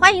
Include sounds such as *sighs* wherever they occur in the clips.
欢迎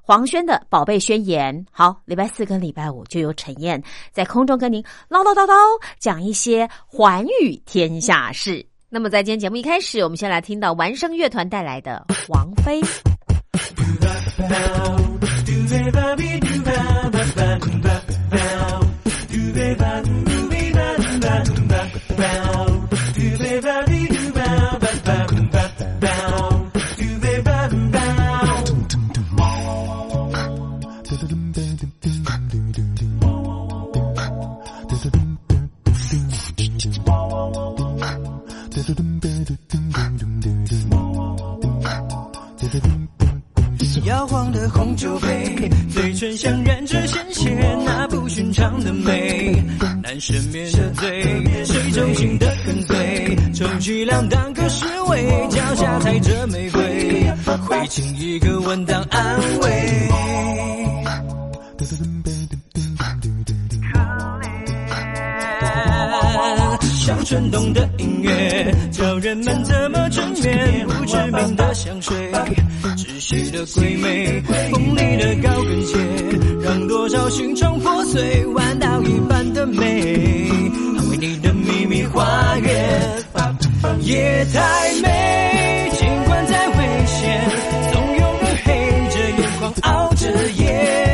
黄轩的《宝贝宣言》。好，礼拜四跟礼拜五就由陈燕在空中跟您唠唠叨叨讲一些寰宇天下事。那么，在今天节目一开始，我们先来听到玩声乐团带来的《王妃》。摇晃的红酒杯，嘴唇像染着鲜血，那不寻常的美，难赦免的罪，水中心的跟随，充其量当个侍卫，脚下踩着玫瑰，会情一个吻当安慰。像春冬的音乐，教人们怎么沉眠。不知名的香水，窒息的鬼魅，锋利的高跟鞋，让多少心肠破碎，玩到一半的美。捍卫你的秘密花园，夜太美，尽管再危险，总有人黑着眼眶熬着夜。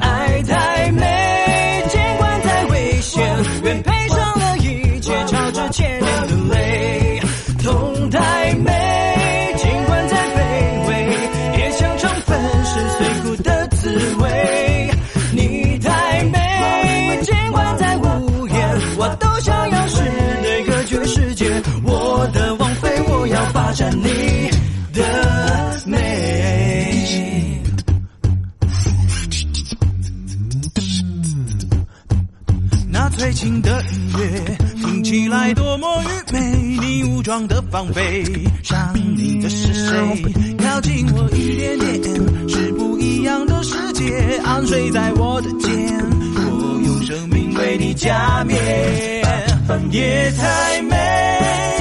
爱太美，尽管再危险，愿赔上了一切，朝着千年的泪。痛太美，尽管再卑微，也想尝粉身碎骨的滋味。你太美，尽管再无言，我都想要是那个全世界。我的王妃，我要霸占你的美。那催情的音乐听起来多么愚昧，你武装的防备，想你的是谁？靠近我一点点，是不一样的世界，安睡在我的肩，我用生命为你加冕。夜太美，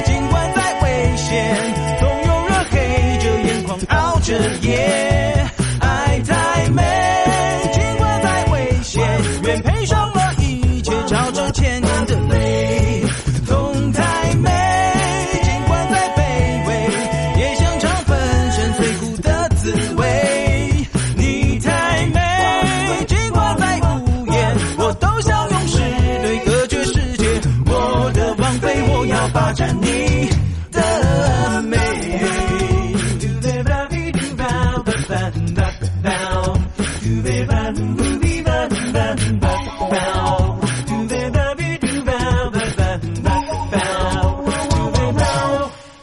尽管再危险，总有人黑着眼眶熬着夜。爱太美，尽管再危险，愿赔上了一切，朝着千年的泪。痛太美，尽管再卑微，也想尝粉身碎骨的滋味。你太美，尽管再无言，我都想用诗对隔绝世界。我的王妃，我要霸占你的美。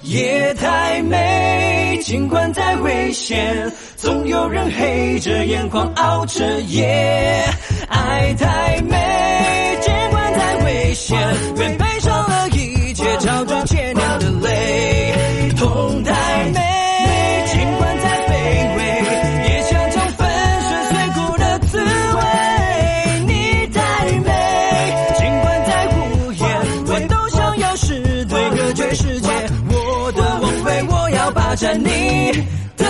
夜太美，尽管再危险，总有人黑着眼眶熬着夜。爱太美，尽管再危险，愿赔上了一切，朝着千年的泪。痛太美，尽管再卑微，也想尝粉身碎骨的滋味。你太美，尽管再无言，我都想要是对隔绝世界。我的王妃，我要霸占你的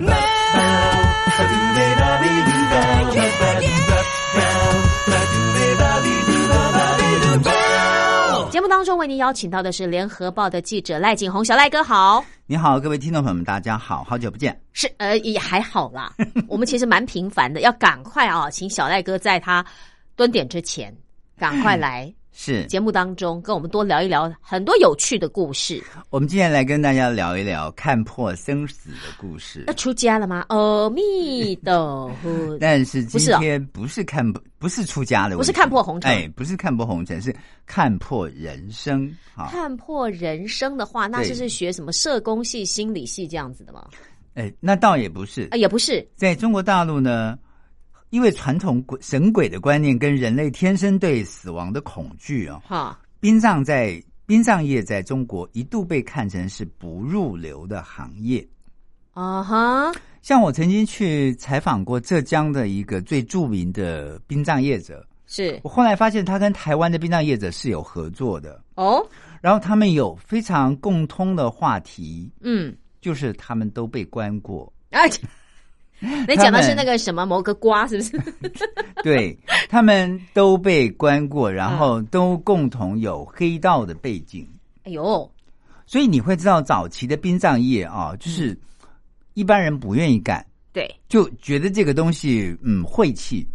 美。节目当中为您邀请到的是联合报的记者赖景红，小赖哥好。你好，各位听众朋友们，大家好，好久不见。是，呃，也还好 *laughs* 啦。我们其实蛮频繁的，要赶快啊，请小赖哥在他蹲点之前赶快来是节目当中，跟我们多聊一聊很多有趣的故事。我们今天来跟大家聊一聊看破生死的故事。那。出家了吗？阿弥陀佛 *laughs* 但是不今是哦天不是看破，不是出家的问题，不是看破红尘哎，不是看破红尘，是看破人生。好，看破人生的话，那对就是学什么社工系、心理系这样子的吗？哎，那倒也不是啊，。也不是，在中国大陆呢，因为传统鬼神鬼的观念跟人类天生对死亡的恐惧哦，哈，殡葬在殡葬业在中国一度被看成是不入流的行业。啊哈，像我曾经去采访过浙江的一个最著名的殡葬业者，是我后来发现他跟台湾的殡葬业者是有合作的，哦，然后他们有非常共通的话题，嗯，就是他们都被关过。哎， *laughs* 你讲的是那个什么某个瓜是不 *laughs* 是？对 *laughs* 他们都被关过，嗯然后都共同有黑道的背景，哎呦，所以你会知道早期的殡葬业啊，嗯就是一般人不愿意干，对就觉得这个东西嗯晦气，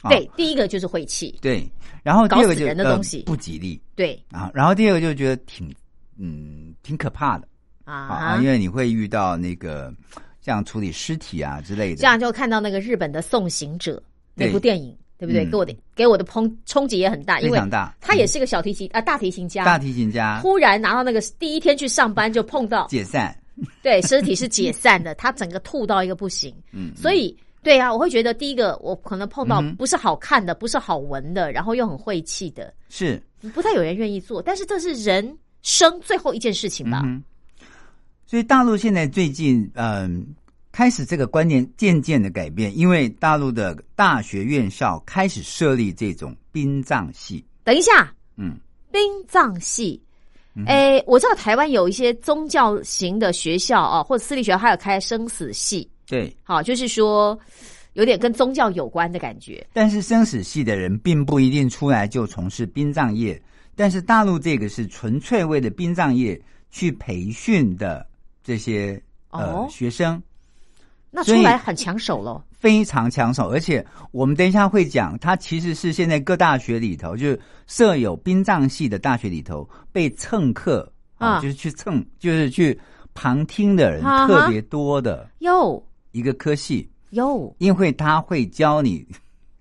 啊对，第一个就是晦气，对，然后第二个搞死就人的呃东西不吉利对啊，然后第二个就觉得挺嗯挺可怕的啊，啊因，为你会遇到那个像处理尸体啊之类的，这样就看到那个日本的《送行者》那对部电影，对不对？嗯给我的给我的冲冲击也很大，因非为常大。嗯他也是个小提琴啊，大提琴家，大提琴家突然拿到那个第一天去上班就碰到，解散，对，身体是解散的， *laughs* 他整个吐到一个不行，嗯，所以。对啊，我会觉得第一个我可能碰到嗯哼不是好看的，不是好闻的，然后又很晦气的，是不太有人愿意做。但是这是人生最后一件事情吧？嗯哼，所以大陆现在最近，嗯、开始这个观念渐渐的改变，因为大陆的大学院校开始设立这种殡葬系，等一下，嗯，殡葬系，哎、我知道台湾有一些宗教型的学校啊，或者私立学校，还有开生死系，对。好，就是说有点跟宗教有关的感觉。但是生死系的人并不一定出来就从事殡葬业，但是大陆这个是纯粹为了殡葬业去培训的这些呃、哦学生，那出所以来很抢手喽，非常抢手，而且我们等一下会讲，它其实是现在各大学里头，就是设有殡葬系的大学里头被蹭课啊、啊就是去蹭，就是去旁听的人啊哈特别多的哟一个科系，哟因为他会教你 *laughs*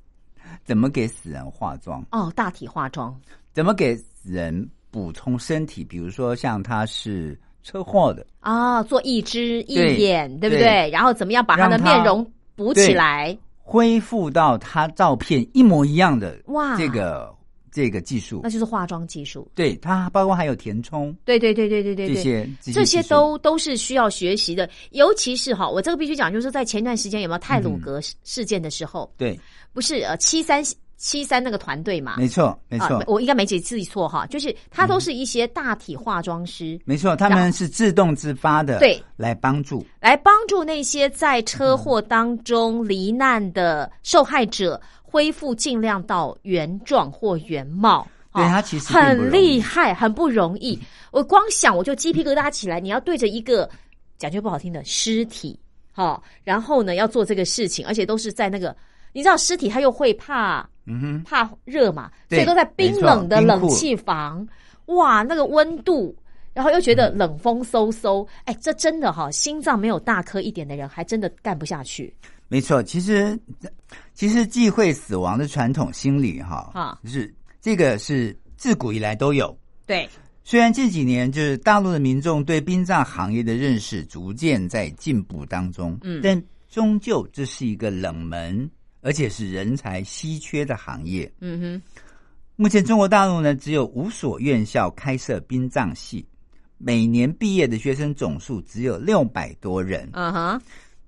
怎么给死人化妆，哦，大体化妆怎么给死人补充身体，比如说像他是车祸的，啊，做义肢义对眼，对不对对？然后怎么样把他的让他面容补起对来？恢复到他照片一模一样的哇这个这个技术那。就是化妆技术。对它，包括还有填充，对对对对对对这对。些这这技些术都都是需要学习的，尤其是哈，我这个必须讲，就是在前段时间有没有泰鲁嗯格事事件的时候，对，不是呃七三七三那个团队嘛？没错，没啊错，嗯我应该没记记错哈，就是他都是一些大体化妆师。没错，他们是自动自发的，对，来帮助，来帮助那些在车祸当中罹难的受害者恢复尽量到原状或原貌。对啊他其实并不很容易厉害，很不容易。我光想我就鸡皮疙瘩起来。你要对着一个讲句不好听的尸体，好、然后呢要做这个事情，而且都是在那个，你知道尸体它又会怕嗯哼，怕热嘛，所对以都在冰冷的没错冷冰库气房，哇，那个温度，然后又觉嗯得冷风嗖嗖，哎，这真的哈、心脏没有大颗一点的人，还真的干不下去。没错。其实，其实忌讳死亡的传统心理，哈，啊就是这个是自古以来都有。对，虽然这几年就是大陆的民众对殡葬行业的认识逐渐在进步当中，嗯但终究这是一个冷门而且是人才稀缺的行业。嗯哼，目前中国大陆呢，只有五所院校开设殡葬系，每年毕业的学生总数只有六百多人。嗯哼，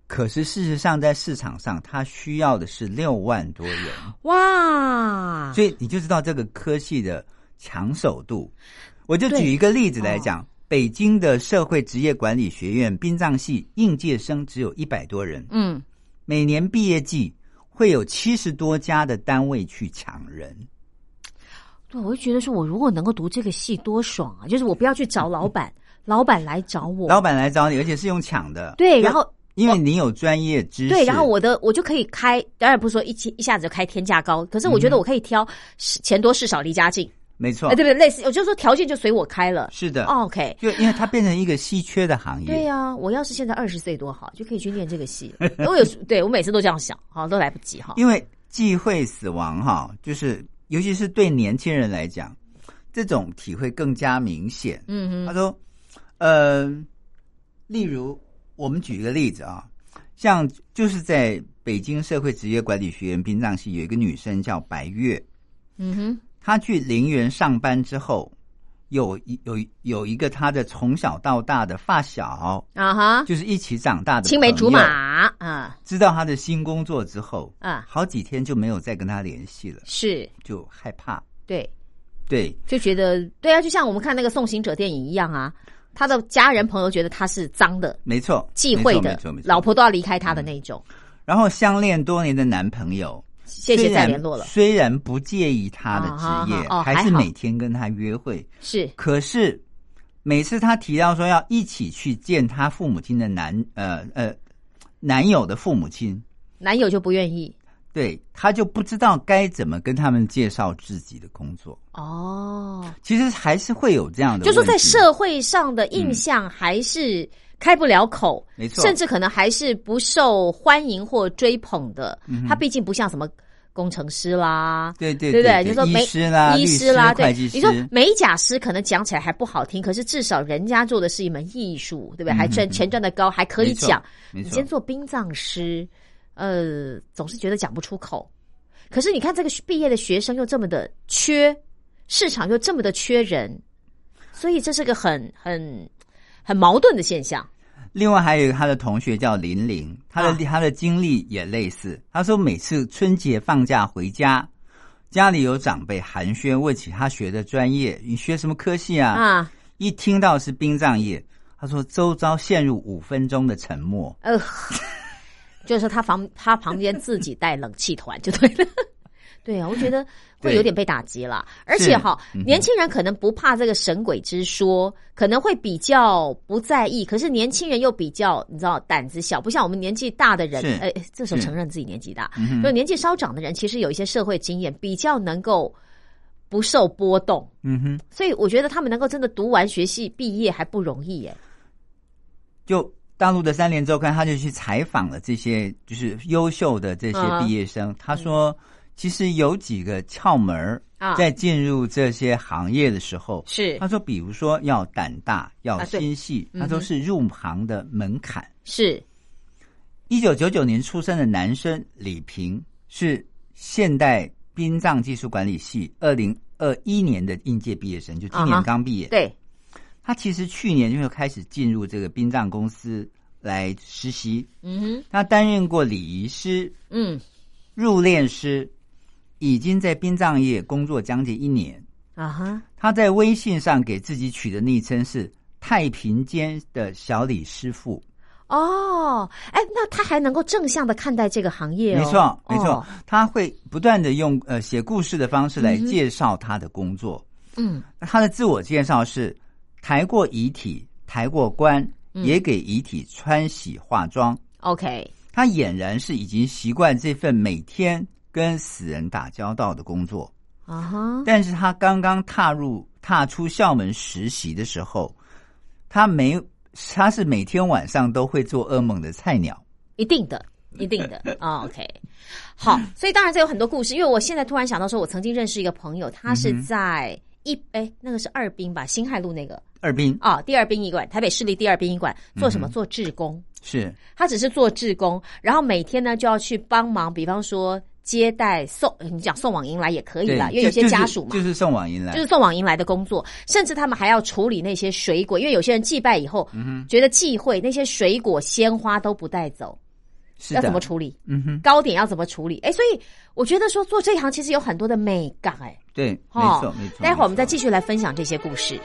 可是事实上，在市场上，它需要的是六万多人，啊哇，所以你就知道这个科系的抢手度。我就举一个例子来讲，北京的社会职业管理学院殡葬系应届生只有一百多人，嗯，每年毕业季会有七十多家的单位去抢人。对，我就觉得说我如果能够读这个系多爽啊，就是我不要去找老 *laughs* 板，老板来找我，老板来找你，而且是用抢的。对，就然后因为你有专业知识，对，然后我的我就可以嗯开，当然不是说一起一下子就开天价高，可是我觉得我可以挑是钱多事少离家近，没错呃，，对不对？类似，我就说条件就随我开了。是的，哦 OK，就因为它变成一个稀缺的行业，对呀、我要是现在二十岁多好，就可以去念这个 *laughs* 戏。我有，对我每次都这样想，好都来不及哈。因为忌讳死亡哈，就是尤其是对年轻人来讲，这种体会更加明显。嗯他哼，说，呃，例如我们举一个例子啊，像就是在北京社会职业管理学院殡葬系有一个女生叫白月，嗯哼，她去陵园上班之后，有一有一有一个她的从小到大的发小，啊哈，就是一起长大的青梅朋竹友马，啊知道她的新工作之后，啊，好几天就没有再跟她联系了，是就害怕。对，对，就觉得对啊，就像我们看那个《送行者》电影一样啊，他的家人朋友觉得他是脏的、没错，忌讳没的错，没错，没，错嗯老。婆都要离开他的那种。然后相恋多年的男朋友，谢谢虽然再联络了，虽然不介意他的职啊业，好好哦还是还好每天跟他约会，是可是每次他提到说要一起去见他父母亲的男呃呃男友的父母亲，男友就不愿意对他就不知道该怎么跟他们介绍自己的工作。哦，其实还是会有这样的问题，就说在社会上的印象还是开不了口，没错甚至可能还是不受欢迎或追捧的。他毕竟不像什么工程师啦。对嗯对对不对，你说美医师啦、医律师啦，对会，计师，你说美甲师可能讲起来还不好听，可是至少人家做的是一门艺术，嗯对不对？还赚钱赚的高，还可以没错讲。没你错先，做殡葬师，呃，总是觉得讲不出口。可是你看这个毕业的学生又这么的缺，市场又这么的缺人，所以这是个很很很矛盾的现象。另外还有一个他的同学叫玲玲，他的、啊他的经历也类似。他说每次春节放假回家，家里有长辈寒暄问起他学的专业，你学什么科系啊？啊，一听到是殡葬业，他说周遭陷入五分钟的沉默。呃， *laughs* 就是他房他旁边自己带冷气团就对了。对啊，我觉得会对有点被打击了，而且哈，嗯哼年轻人可能不怕这个神鬼之说，可能会比较不在意。可是年轻人又比较，你知道胆子小，不像我们年纪大的人是，哎，这时候是承认自己年纪大，嗯哼就年纪稍长的人，其实有一些社会经验，比较能够不受波动。嗯哼，所以我觉得他们能够真的读完学系毕业还不容易耶。就大陆的三联周刊，他就去采访了这些就是优秀的这些啊毕业生。他说，其实有几个窍门儿啊在进入这些行业的时候，是他说，比如说要胆大，要啊对心细，嗯哼他都是入行的门槛。是，一九九九年出生的男生李平是现代殡葬技术管理系二零二一年的应届毕业生，就今啊哈年刚毕业。对，他其实去年就开始进入这个殡葬公司来实习，嗯哼，他担任过礼仪师、嗯入殓师，已经在殡葬业工作将近一年。啊哈。他在微信上给自己取的昵称是“太平间的小李师傅哦，哎，那他还能够正向的看待这个行”，业、哦，没错，没错哦，他会不断的用呃写故事的方式来介绍他的工作。嗯，他的自我介绍是：抬过遗体，抬过棺，嗯也给遗体穿洗化妆。 ，OK，他俨然是已经习惯这份每天跟死人打交道的工作。啊哈，但是他刚刚踏入踏出校门实习的时候，他没他是每天晚上都会做噩梦的菜鸟。一定的，一定的、哦、，OK，好，所以当然这有很多故事，因为我现在突然想到说，我曾经认识一个朋友，他嗯是在一哎、那个是二滨吧，新海路那个二兵哦，第二殡仪馆，台北市立第二殡仪馆做嗯什么？做志工，是他只是做志工，然后每天呢就要去帮忙，比方说接待送，你讲送往迎来也可以啦，因为有些就家属嘛，就是就是送往迎来，就是送往迎来的工作，甚至他们还要处理那些水果，因为有些人祭拜以后，嗯觉得忌讳那些水果、鲜花都不带走，是要的，怎么处理？嗯哼，糕点要怎么处理？哎，所以我觉得说做这一行其实有很多的美感，哎，对，没哦错没错。待会儿我们再没错继续来分享这些故事。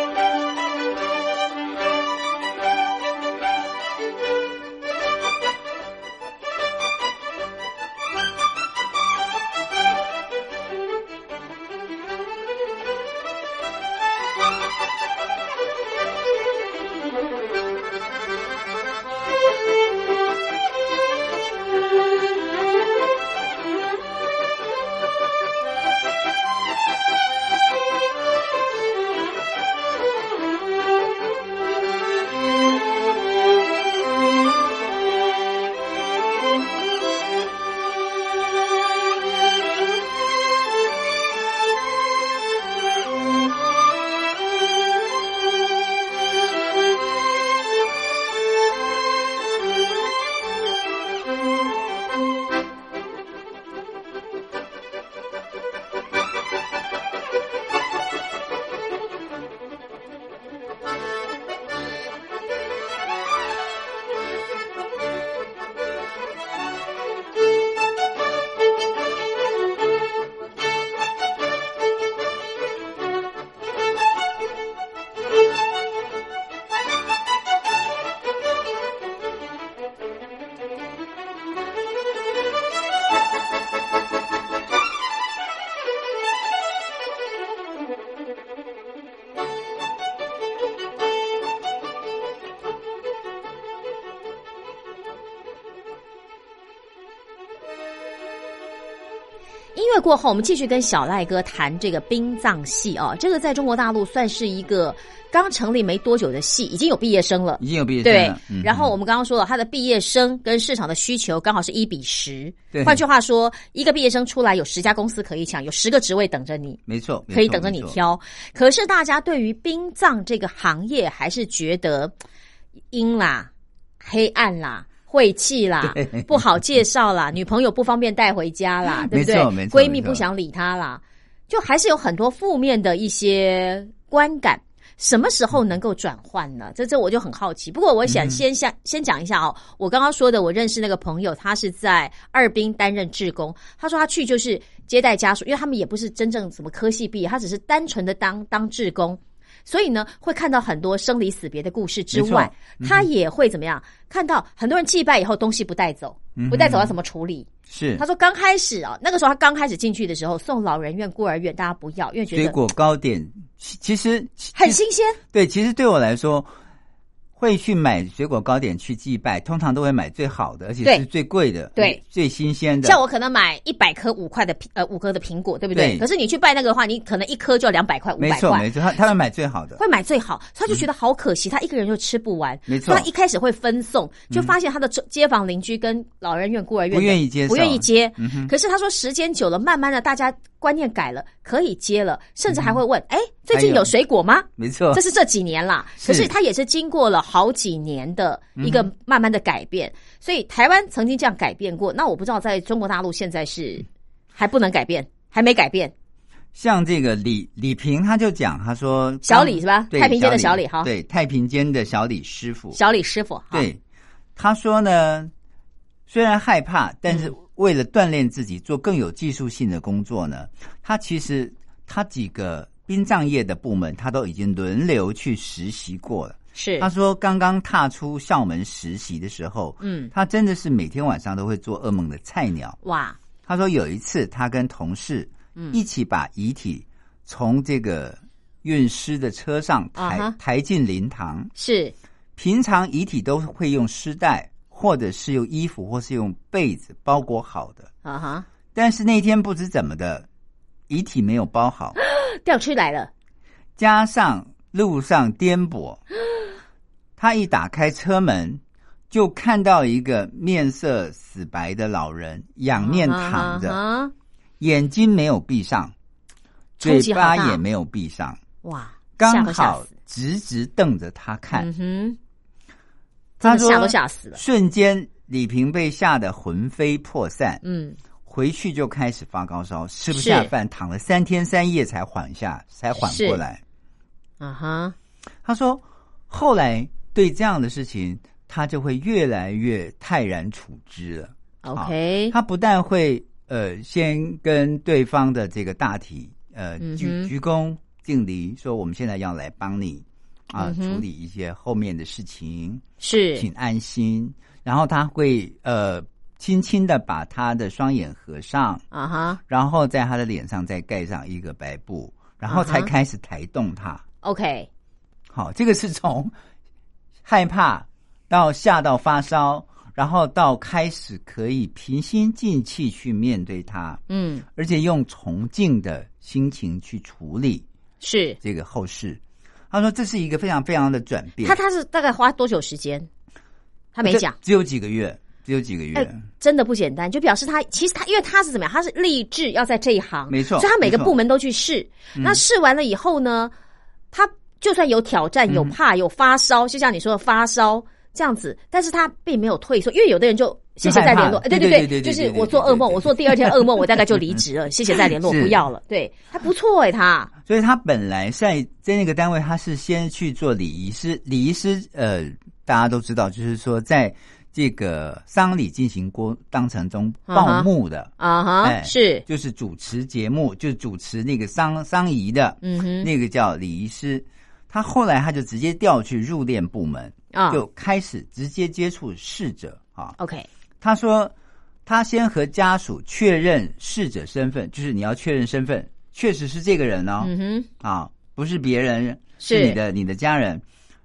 Thank 音乐过后，我们继续跟小赖哥谈这个殡葬戏哦，这个在中国大陆算是一个刚成立没多久的戏，已经有毕业生了。已经有毕业生对了。嗯，然后我们刚刚说了，他的毕业生跟市场的需求刚好是一比十。对换句话说，一个毕业生出来有十家公司可以抢，有十个职位等着你，没错，没可以错等着你。没错挑。可是大家对于殡葬这个行业还是觉得嘖阴啦、黑暗啦。晦气啦 *laughs* 对，不好介绍啦，女朋友不方便带回家啦，对不对没错没？错闺蜜没错不想理他啦，就还是有很多负面的一些观感。什么时候能够转换呢？这这我就很好奇。不过我嗯想先下、先讲一下哦，我刚刚说的，我认识那个朋友，他是在二滨担任志工。他说他去就是接待家属，因为他们也不是真正什么科系毕业，他只是单纯的当当志工，所以呢会看到很多生离死别的故事之外，嗯他也会怎么样？看到很多人祭拜以后东西不带走，不嗯带走要怎么处理？是他说刚开始啊，那个时候他刚开始进去的时候，送老人院、孤儿院，大家不要，因为觉水得果糕点，其其实很其实新鲜。对，其实对我来说。会去买水果糕点去祭拜，通常都会买最好的，而且对是最贵的，对，最新鲜的。像我可能买一百颗五块的苹呃五颗的苹果，对不对？对可是你去拜那个的话，你可能一颗就要两百块、五没百错块没。错，嗯他他们买最好的，会买最好，所以他就觉得好可惜，他一个人又吃不完，没所错以他一开始会分送，就发现他的周街坊邻居跟老人院、孤儿院的不愿意接受不愿意接。嗯哼可是他说时间久了，慢慢的大家观念改了，可以接了，甚至还会问：哎，最近嗯还有有水果吗？没错 *laughs* 这，是这几年啦，是嗯可是它也是经过了好几年的一个慢慢的改变，所以台湾曾经这样改变过。那我不知道在中国大陆现在是还不能改变，还没改变。像这个李李平，他就讲，他说小李是吧对太平间的小小李哈对，太平间的小李师傅，小李师傅，哈，对，他说呢，虽然害怕，但是为了锻炼自己做更有技术性的工作呢，他其实他几个殡葬业的部门，他都已经轮流去实习过了。是他说，刚刚踏出校门实习的时候，嗯他真的是每天晚上都会做噩梦的菜鸟。哇，他说有一次他跟同事嗯一起把遗体从这个运尸的车上抬、啊哈抬进灵堂。是平常遗体都会用尸袋，或者是用衣服，或是用被子包裹好的。啊哈，但是那天不知怎么的，遗体没有包 *gasps* 好，掉出来了，加上路上颠簸，他一打开车门，就看到一个面色死白的老人仰面躺着。啊哈眼睛没有闭上，冲嘴击好大巴也没有闭上，哇，吓刚都吓好死，直直瞪着他看。嗯哼，真哎他的说吓都吓死了，瞬间，李平被吓得魂飞魄散，嗯，回去就开始发高烧，吃不是下饭，躺了三天三夜才缓下，才缓是过来。啊哈，他说，后来对这样的事情，他就会越来越泰然处之了。 OK，他不但会呃先跟对方的这个大体呃嗯哼鞠鞠躬敬礼，说我们现在要来帮你啊、处理一些后面的事情，嗯是请安心。然后他会呃轻轻的把他的双眼合上，啊哈然后在他的脸上再盖上一个白布，然后才嗯哼开始抬动他。 ，OK，好，这个是从害怕到吓到发烧，然后到开始可以平心静气去面对它，嗯，而且用崇敬的心情去处理是这个后事。他说这是一个非常非常的转变。他他是大概花多久时间？他他没讲。只有几个月，只有几个月。哎，真的不简单，就表示他其实他因为他是怎么样，他是立志要在这一行，没错所以他每个没错嗯部门都去试。那试完了以后呢，他就算有挑嗯战、有怕、有发烧，就像你说的发烧这样子，但是他并没有退缩，因为有的人就谢谢再联络，害怕哎对对对，对对就对是对对我做噩梦，对对我做第二天噩梦，我大概就离 *laughs* 职了，谢谢再联络，是不要了。对，还不错哎，他所以他本来在在那个单位，他是先去做礼仪师。礼仪师，呃，大家都知道，就是说在这个丧礼进行过当程中嗯哼报幕的，啊哈哎是就是主持节目，就是主持那个丧丧仪的，嗯哼那个叫礼仪师。他后来他就直接调去入殓部门，啊就开始直接接触逝者啊。 OK 他说，他先和家属确认逝者身份，就是你要确认身份，确实是这个人哦，嗯哼啊，不是别人，是是你的你的家人。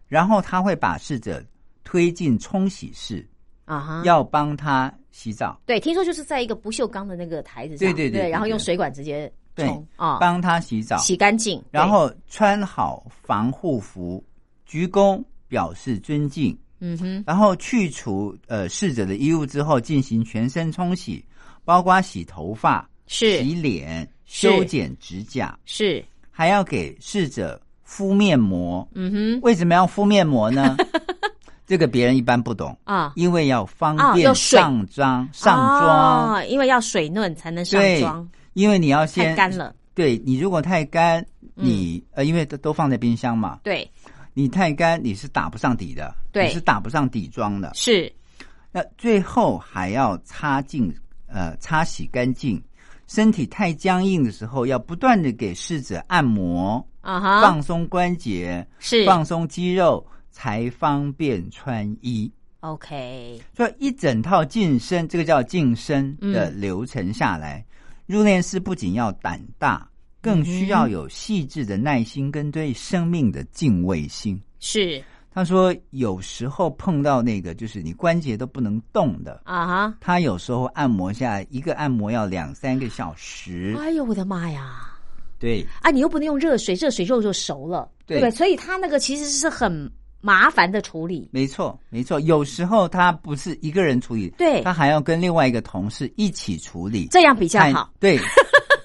然后他会把逝者推进冲洗室，啊哈，要帮他洗澡，对，听说就是在一个不锈钢的那个台子上，对对对对，然后对用对水管直接对冲啊，帮他洗澡，洗干净，然对后穿好防护服，鞠躬表示尊敬，嗯哼，然后去除呃逝者的衣物之后，进行全身冲洗，包括洗头发、是洗脸、是修剪指甲，是，还要给逝者敷面膜。嗯哼，为什么要敷面膜呢？ *laughs* 这个别人一般不懂，啊，因为要方啊便要水上妆、上妆，哦，因为要水嫩才能上对妆，因为你要太先干。了，嗯对你如果太干，你、呃，因为都都放在冰箱嘛，对，你太干你是打不上底的，对你是打不上底妆的。是那最后还要擦净，呃，擦洗干净。身体太僵硬的时候，要不断的给逝者按摩，啊哈，放松关节，是放松肌肉，才方便穿衣。 OK，所以一整套净身，这个叫净身的嗯流程下来，入殓师不仅要胆大，更嗯需要有细致的耐心跟对生命的敬畏心。是他说，有时候碰到那个就是你关节都不能动的，啊哈，他有时候按摩下来，一个按摩要两三个小时。哎呦我的妈呀！对啊，你又不能用热水，热水肉就熟了，对对不对，所以它那个其实是很麻烦的处理，没错，没错。有时候他不是一个人处理，对他还要跟另外一个同事一起处理，这样比较才好， *laughs* 对，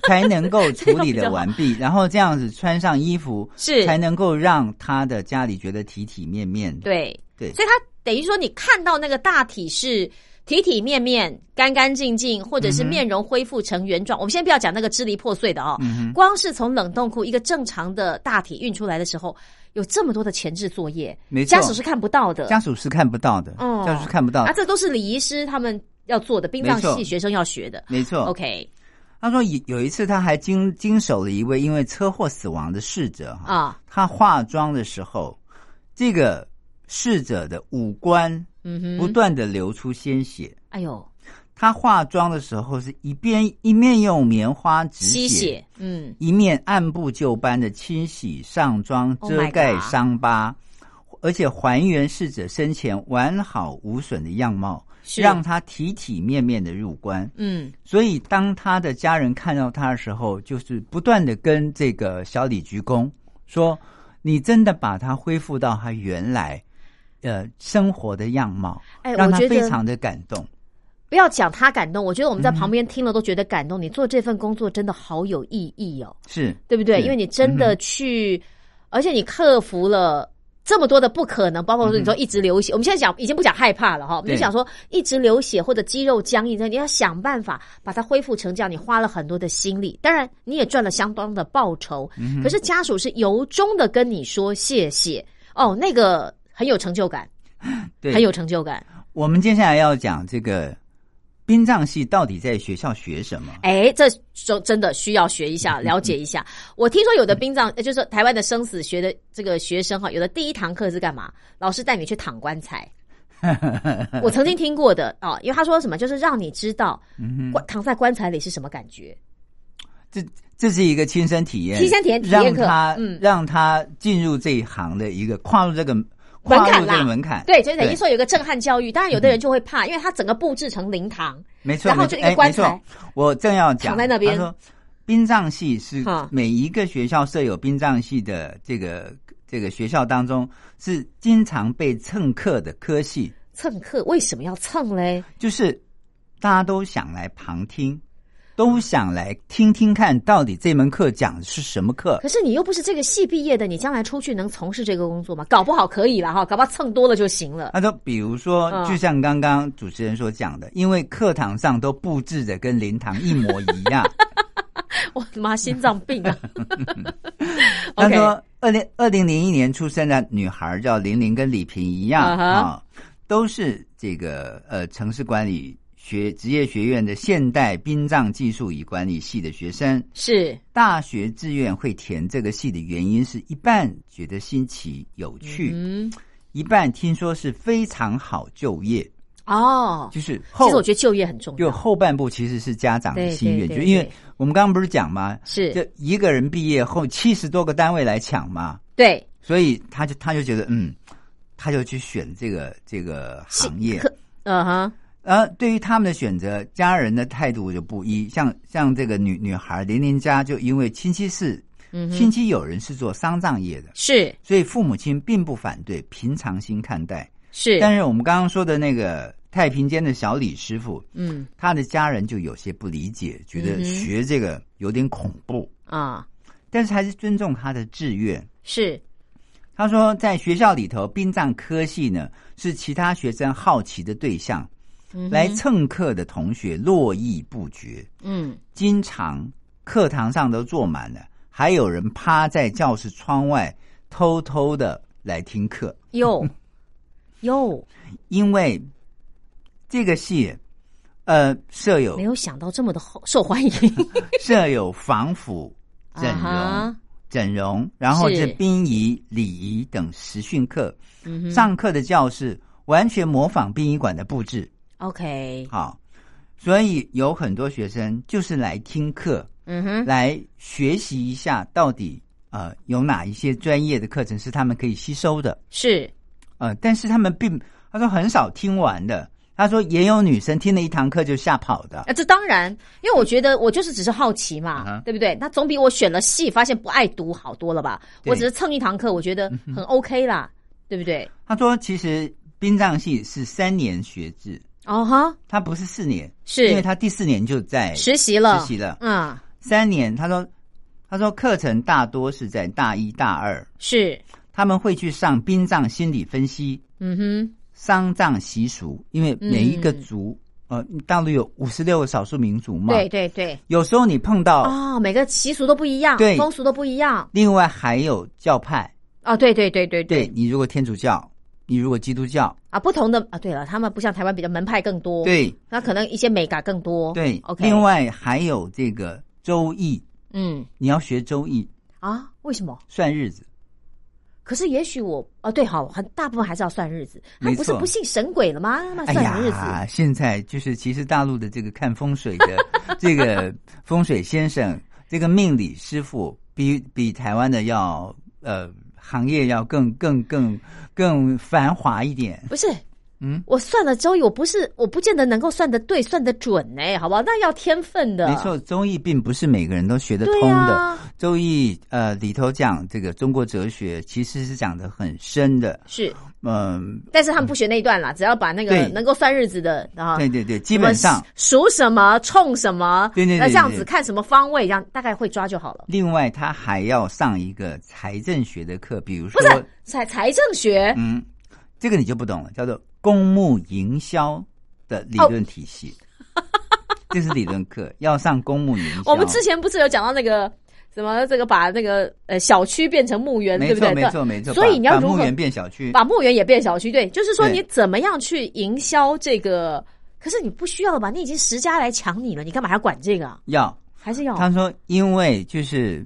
才能够处这样比理较的好完毕。然后这样子穿上衣服，是才能够让他的家里觉得体体面面的。对对所以它等于说你看到那个大体是体体面面、干干净净，或者是面容恢复成原状。我们先不要讲那个支离破碎的哦，嗯光是从冷冻库一个正常的大体运出来的时候，有这么多的前置作业，没错家属是看不到的家。属是看不到的，哦家属是看不到啊，的，这都是礼仪师他们要做的，殡葬没系错学生要学的。没错。 OK 他说有有一次他还经经手了一位因为车祸死亡的逝者哈，啊，他化妆的时候，这个逝者的五官嗯不哼，断的流出鲜血。哎呦，他化妆的时候是一边一面用棉花止吸血，嗯，一面按部就班的清洗上妆， Oh my 遮盖 God 伤疤而且还原逝者生前完好无损的样貌，是让他体体面面的入关。嗯，所以，当他的家人看到他的时候，就是不断的跟这个小李鞠躬，说：“你真的把他恢复到他原来，呃，生活的样貌，哎让我他觉得非常的感动。不要讲他感动，我觉得我嗯们在旁边听了都觉得感动。你做这份工作真的好有意义哦。是对不对？是因为你真嗯的去，而且你克服了。这么多的不可能，包括说你说一直流血，我们现在讲已经不讲害怕了哈，我们就嗯对讲说一直流血或者肌肉僵硬，你要想办法把它恢复成这样，你花了很多的心力，当然你也赚了相当的报酬，嗯可是家属是由衷的跟你说谢谢哦，那个很有成就感，对，很有成就感。我们接下来要讲这个殡葬系到底在学校学什么？哎，这就真的需要学一下，了解一下。我听说有的殡葬，呃就是台湾的生死学的这个学生哈，有的第一堂课是干嘛？老师带你去躺棺材。我曾经听过的啊、因为他说什么，就是让你知道棺躺在棺材里是什么感觉。这这是一个亲身体验，亲身体验体验让课他、嗯让他进入这一行的一个跨入这个跨门槛入啦这个门槛，对，就是等于说有一个震撼教育。当然，有的人就会怕，因为他整个布置成灵堂。没错，然后没就错，一个哎，棺没材错，我正要讲，躺在那边他说，殡葬系是哈每一个学校设有殡葬系的这个这个学校当中是经常被蹭课的科系，蹭课为什么要蹭嘞？就是大家都想来旁听，都想来听听看到底这门课讲的是什么课可。是你又不是这个系毕业的，你将来出去能从事这个工作吗？搞不好可以了哈，搞不好蹭多了就行了。他说，比如说，嗯就像刚刚主持人所讲的，因为课堂上都布置的跟灵堂一模一样，我的妈，心脏病 *laughs* 啊他！OK，说，二零二零零一年出生的女孩叫玲玲，跟李萍一样啊哈啊，都是这个呃城市管理学职业学院的现代殡葬技术与管理系的学生。是大学志愿会填这个系的原因是一半觉得新奇有趣，嗯一半听说是非常好就业，哦，就是其后实我觉得就业很重就要，后半部其实是家长的对心对愿，对就因为对我们刚刚不是讲吗？是这一个人毕业后，七十多个单位来抢嘛，对所以他就他就觉得嗯，他就去选这个这个行业可嗯哼，而对于他们的选择，家人的态度就不一。像像这个女女孩玲玲家，就因为亲戚是、嗯哼，亲戚有人是做丧葬业的，是所以父母亲并不反对，平常心看待。是，但是我们刚刚说的那个太平间的小李师傅，嗯他的家人就有些不理解，嗯觉哼得学这个有点恐怖，啊但是还是尊重他的志愿。是，他说，在学校里头，殡葬科系呢是其他学生好奇的对象，嗯哼来蹭课的同学络绎不绝，嗯经常课堂上都坐满了，还有人趴在教室窗外偷偷的来听课， *laughs* 哟哟，因为这个系，呃，设有没有想到这么的好受欢 *laughs* 迎设有防腐、整容、啊哈整容，然后是是殡仪、礼仪等实训课。嗯哼上课的教室完全模仿殡仪馆的布置， ，OK，好，所以有很多学生就是来听课，嗯哼，来学习一下到底呃有哪一些专业的课程是他们可以吸收的，是呃，但是他们并他说很少听完的。他说也有女生听了一堂课就吓跑的，啊，这当然，因为我觉得我就是只是好奇嘛，嗯哼对不对？那总比我选了戏发现不爱读好多了吧？对嗯我只是蹭一堂课，我觉得很 OK 啦，对不对？他说其实殡葬系是三年学制，哦哈，他不是四年，是因为他第四年就在实习了，实习了嗯，三年。他说他说课程大多是在大一大二，是，他们会去上殡葬心理分析、嗯哼，丧葬习俗，因为每一个族，呃，大陆有五十六个少数民族嗯嘛，对，对对，有时候你碰到，哦，每个习俗都不一样，对风俗都不一样，另外还有教派，哦，对对对对对你如果天主教，你如果基督教，啊，不同的啊，对了，他们不像台湾比较门派更多，，对那可能一些美感更多，对哦，OK，另，外还有这个周易，嗯你要学周易啊，为什么？算日子，可是也许我啊，对，好，很大部分还是要算日子。他没不是错不信神鬼了吗？他妈哎算什么日子？呀，现在就是其实大陆的这个看风水的 *laughs* 这个风水先生，这个命理师傅比比台湾的要呃行业要更更更更繁华一点。不是，嗯，我算了周易，我不是，我不见得能够算得对、算得准呢、好不好？那要天分的。没，错，周易并不是每个人都学得对通的。啊，周易呃里头讲这个中国哲学，其实是讲的很深的。是，嗯、但是他们不学那一段啦，只要把那个对能够算日子的啊，对对对，基本什上么属什么、冲什么，对对对那这样子对对看什么方位，这样大概会抓就好了。另外他还要上一个财政学的课，比如不说是财财政学、嗯，这个你就不懂了，叫做公募营销的理哦论体系。这是理论课，要上公募营销。我们之前不是有讲到那个什么这个把那个呃小区变成墓园，对没不对？错，没那错，没错。所以你要把把如何墓园变小区，把墓园也变小区，对，就是说对你怎么样去营销这个？可是你不需要了吧？你已经十家来抢你了，你干嘛还要管这个啊？要还是要他说，因为就是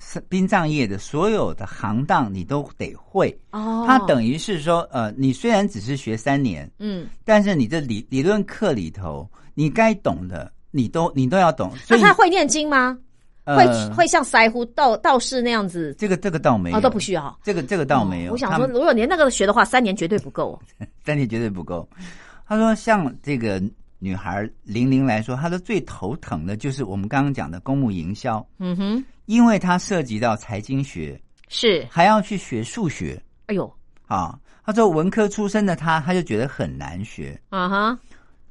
是殡葬业的所有的行当你都得会。哦？他等于是说，呃，你虽然只是学三年，嗯，但是你这理理论课里头，你该懂的你都你都要懂。所那以他会念经吗？会呃，会像腮胡道道士那样子这个这个倒没哦，有，都不需要。这个这个倒没有。哦我想他说，们如果连那个学的话，三年绝对不够。哦但你绝对不够。他说，像这个女孩玲玲来说，她的最头疼的就是我们刚刚讲的公募营销，嗯哼，因为它涉及到财经学，是，还要去学数学哎呦，啊。他说，文科出身的她，她就觉得很难学。啊哈，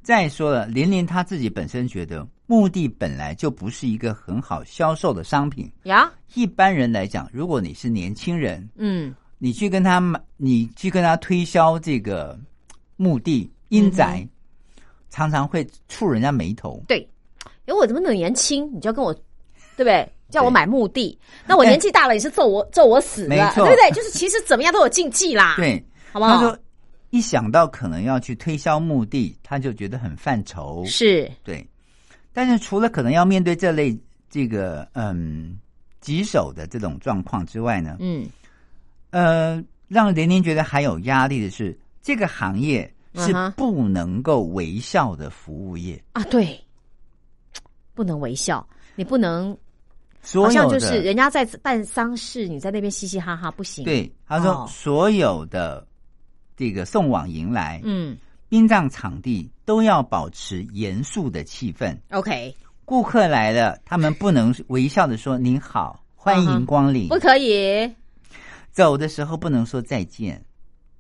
再说了，玲玲她自己本身觉得墓地本来就不是一个很好销售的商品。呀，一般人来讲，如果你是年轻人，嗯，你去跟他买，你去跟他推销这个墓嗯地阴宅，常常会触人家眉头。对，因为我怎么那么年轻，你就要跟我，对不对？叫我对买墓地，那我年纪大了也是揍我揍我死的没，对错不对？就是其实怎么样都有禁忌啦，，对，好不他好说？一想到可能要去推销墓地，他就觉得很犯愁。是，对，但是除了可能要面对这类这个嗯棘手的这种状况之外呢，嗯，呃，让玲玲觉得还有压力的是，这个行业嗯是哼不能够微笑的服务业，啊，对，不能微笑，你不能，好所像有就的是人家在办丧事，你在那边嘻嘻哈哈，不行。，对，他哦说所有的这个送往迎来，嗯，殡葬场地都要保持严肃的气氛。 ，OK，顾客来了，他们不能微笑的说“您好，欢迎光临嗯不”，可以，走的时候不能说再见。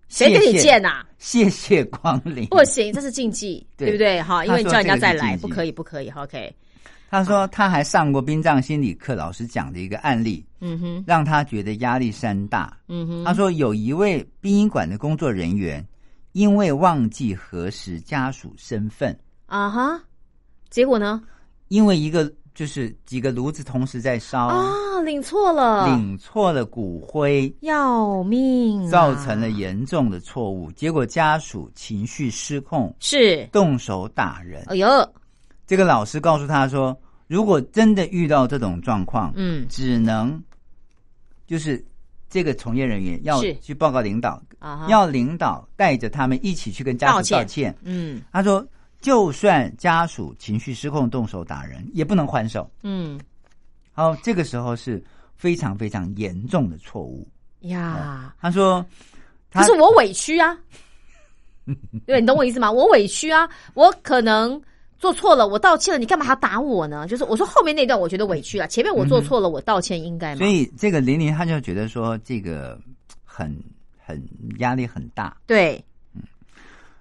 谁跟谢你谢见？啊呐？谢谢光临。不行，这是禁忌，对对不对？哈，因为你他说叫人家这个再是来，禁忌不可以，不可以。OK， *laughs* 他说他还上过殡葬心理课老师讲的一个案例，嗯哼，让他觉得压力山大。嗯哼，他说有一位殡仪馆的工作人员，因为忘记核实家属身份，啊哈，结果呢？因为一个就是几个炉子同时在烧，啊，领错了，领错了骨灰，要命、啊，造成了严重的错误，结果家属情绪失控，是，动手打人。哎呦，这个老师告诉他说，如果真的遇到这种状况，嗯只能就是这个从业人员要是去报告领导，啊哈，要领导带着他们一起去跟家属道道歉歉。嗯他说，就算家属情绪失控动手打人，也不能还手。嗯好，这个时候是非常非常严重的错误。呀，他说，可哦他是我委屈啊，对，你懂我意思吗？我委屈啊，我可能。做错了，我道歉了，你干嘛还要打我呢？就是我说后面那段我觉得委屈了，前面我做错了，我道歉应该吗嗯所？以这个玲玲她就觉得说这个很很压力很大。对，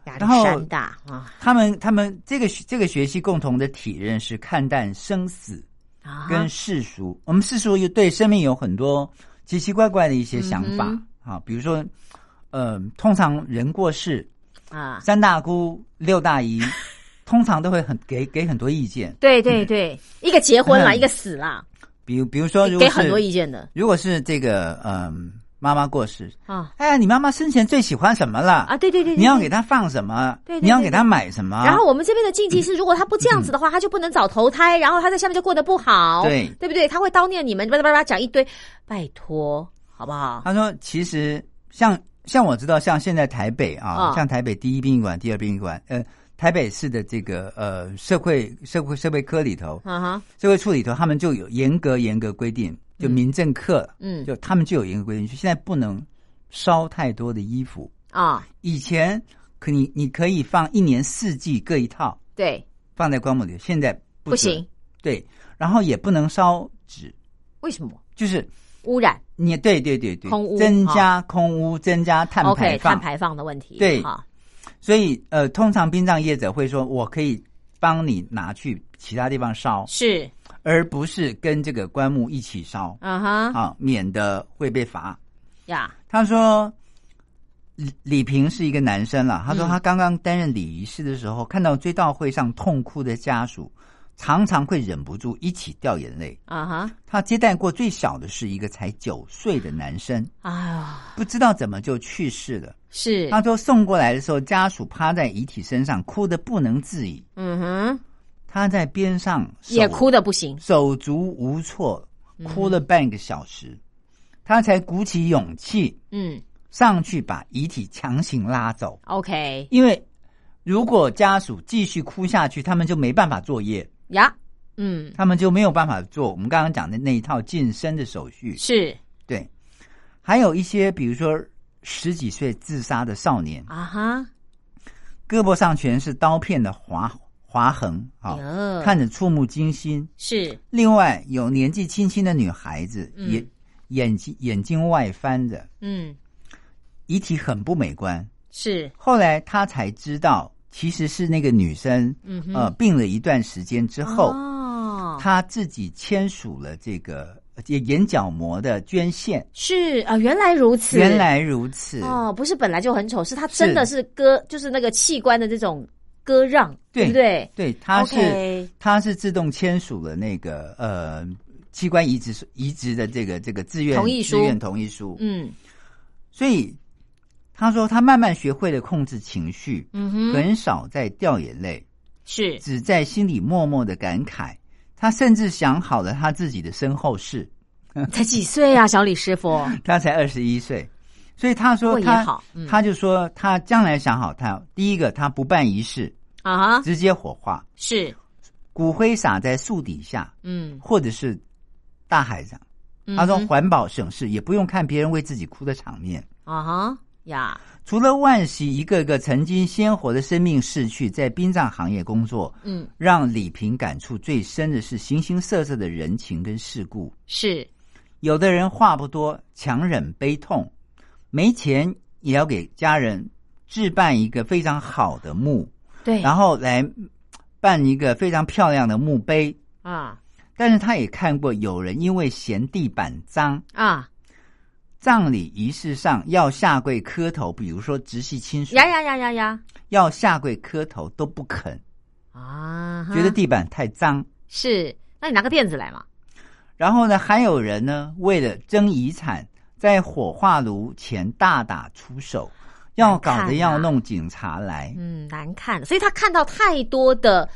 压力嗯然后山大啊他们他们这个这个学期共同的体认是看淡生死啊！跟世俗，我们世俗又对生命有很多奇奇怪怪的一些想法、嗯啊，比如说，呃，通常人过世，啊，三大姑六 *laughs* 大姨，通常都会很给给很多意见，对对对，一个结婚啦，嗯一个死啦，比如比如说如给果很多是意见的如果是这个嗯、妈妈过世，啊哎呀，你妈妈生前最喜欢什么了啊！对对对，对你要对给啊她放什么？对对你要对给对她买什么？然后我们这边的禁忌是，如果他不这样子的话，他就不能早投胎，然后他在下面就过得不好，嗯对对不对？他会叨念你们，叭叭叭叭讲一堆，拜托，好不好？他说，其实像像我知道，像现在台北啊，嗯像台北第一殡仪馆、第二殡仪馆，呃，台北市的这个呃社会社会社会科里头、啊哈，社会处里头，他们就有严格严格规定，就民政课，嗯就他们就有严格规定，就现在不能烧太多的衣服。啊，以前可你你可以放一年四季各一套对，放在棺木里，现在不不准行，，对，然后也不能烧纸，为什么？就是污染你对对对对，空污增加空污，增加碳，OK，排放。碳排放的问题，对啊，所以呃，通常殡葬业者会说，我可以帮你拿去其他地方烧，是，而不是跟这个棺木一起烧啊哈，啊，免得会被罚。呀，他说。李李平是一个男生了，他说嗯他刚刚担任礼仪师的时候，看到追悼会上痛哭的家属，常常会忍不住一起掉眼泪。啊哈，他接待过最小的是一个才九岁的男生，哎呀，不知道怎么就去世了。是，他说送过来的时候，家属趴在遗体身上哭得不能自已，嗯哼，他在边上手也哭嗯的不行，手足无措，哭了半个小时，他才鼓起勇气嗯上去把遗体强行拉走， ，OK，因为如果家属继续哭下去，他们就没办法作业，呀，嗯，他们就没有办法做我们刚刚讲的那一套晋升的手续。是，对，还有一些比如说十几岁自杀的少年，啊哈，胳膊上全是刀片的划划痕，啊、哟看着触目惊心。是，另外，有年纪轻轻的女孩子，嗯眼眼睛眼睛外翻着，嗯，遗体很不美观。是，后来她才知道，其实是那个女生，嗯哼，呃，病了一段时间之后，哦她自己签署了这个呃眼角膜的捐献。是啊，原来如此。原来如此，哦，不是本来就很丑，是他真的是割，就是那个器官的这种割让，对不对？对，她是 OK 她是自动签署了那个呃器官移植移植的这个这个自愿同意书自愿同意书。嗯所以他说他慢慢学会了控制情绪，嗯哼，很少再掉眼泪，是只在心里默默的感慨。他甚至想好了他自己的身后事，才几岁啊，小李师傅？他才二十一岁，所以他不 *laughs* 说过也他好嗯他就说他将来想好他第一个他不办仪式，啊哈，直接火化，是，骨灰撒在树底下嗯，或者是大海上。嗯他说哼环保省事，也不用看别人为自己哭的场面。啊哈呀，除了惋惜一个个曾经鲜活的生命逝去，在殡葬行业工作，嗯，让李平感触最深的是形形色色的人情跟世故。是有的人话不多，强忍悲痛，没钱也要给家人置办一个非常好的墓，对啊然后来嗯办一个非常漂亮的墓碑。啊但是他也看过有人因为嫌地板脏，啊葬礼仪式上要下跪磕头，比如说直系亲属呀呀呀呀呀要下跪磕头都不肯，啊哈，觉得地板太脏。是，那你拿个垫子来嘛？然后呢，还有人呢，为了争遗产，在火化炉前大打出手，要搞得要弄警察来。嗯，难看，所以他看到太多的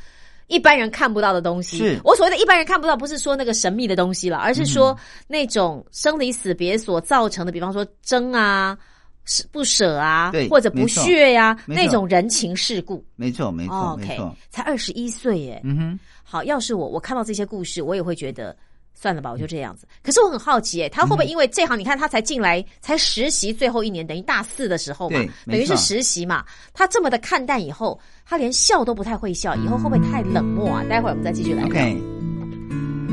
一般人看不到的东西。是嗯我所谓的一般人看不到，不是说那个神秘的东西了，而是说那种生离死别所造成的，比方说争啊、是不舍啊对，或者不屑呀、啊，没错那种人情世故。没错，没错，哦没 OK，错。才二十一岁耶。嗯哼，好，要是我，我看到这些故事，我也会觉得。算了吧，我嗯就这样子。可是我很好奇，哎，他会不会因为这行？你看他才进来，才实习最后一年，等于大四的时候嘛对，等于没错是实习嘛。他这么的看淡以后，他连笑都不太会笑，以后会不会太冷漠啊？待会儿我们再继续来聊。 OK。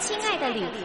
亲爱的旅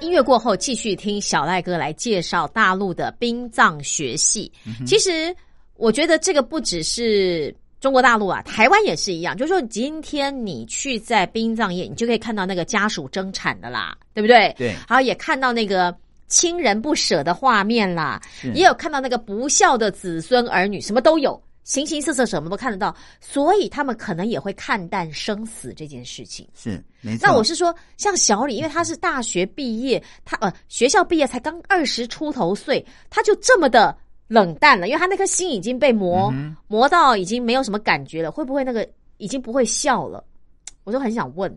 音乐过后，继续听小赖哥来介绍大陆的殡葬学系。其实，我觉得这个不只是中国大陆啊，台湾也是一样。就是说，今天你去在殡葬业，你就可以看到那个家属争产的啦，对不对？对然后也看到那个亲人不舍的画面啦，是也有看到那个不孝的子孙儿女，什么都有，形形色色，什么都看得到。所以他们可能也会看淡生死这件事情。是没错。那我是说，像小李，因为他是大学毕业，他呃学校毕业才刚二十出头岁，他就这么的冷淡了，因为他那颗心已经被磨、嗯哼磨到已经没有什么感觉了，会不会那个已经不会笑了？我就很想问，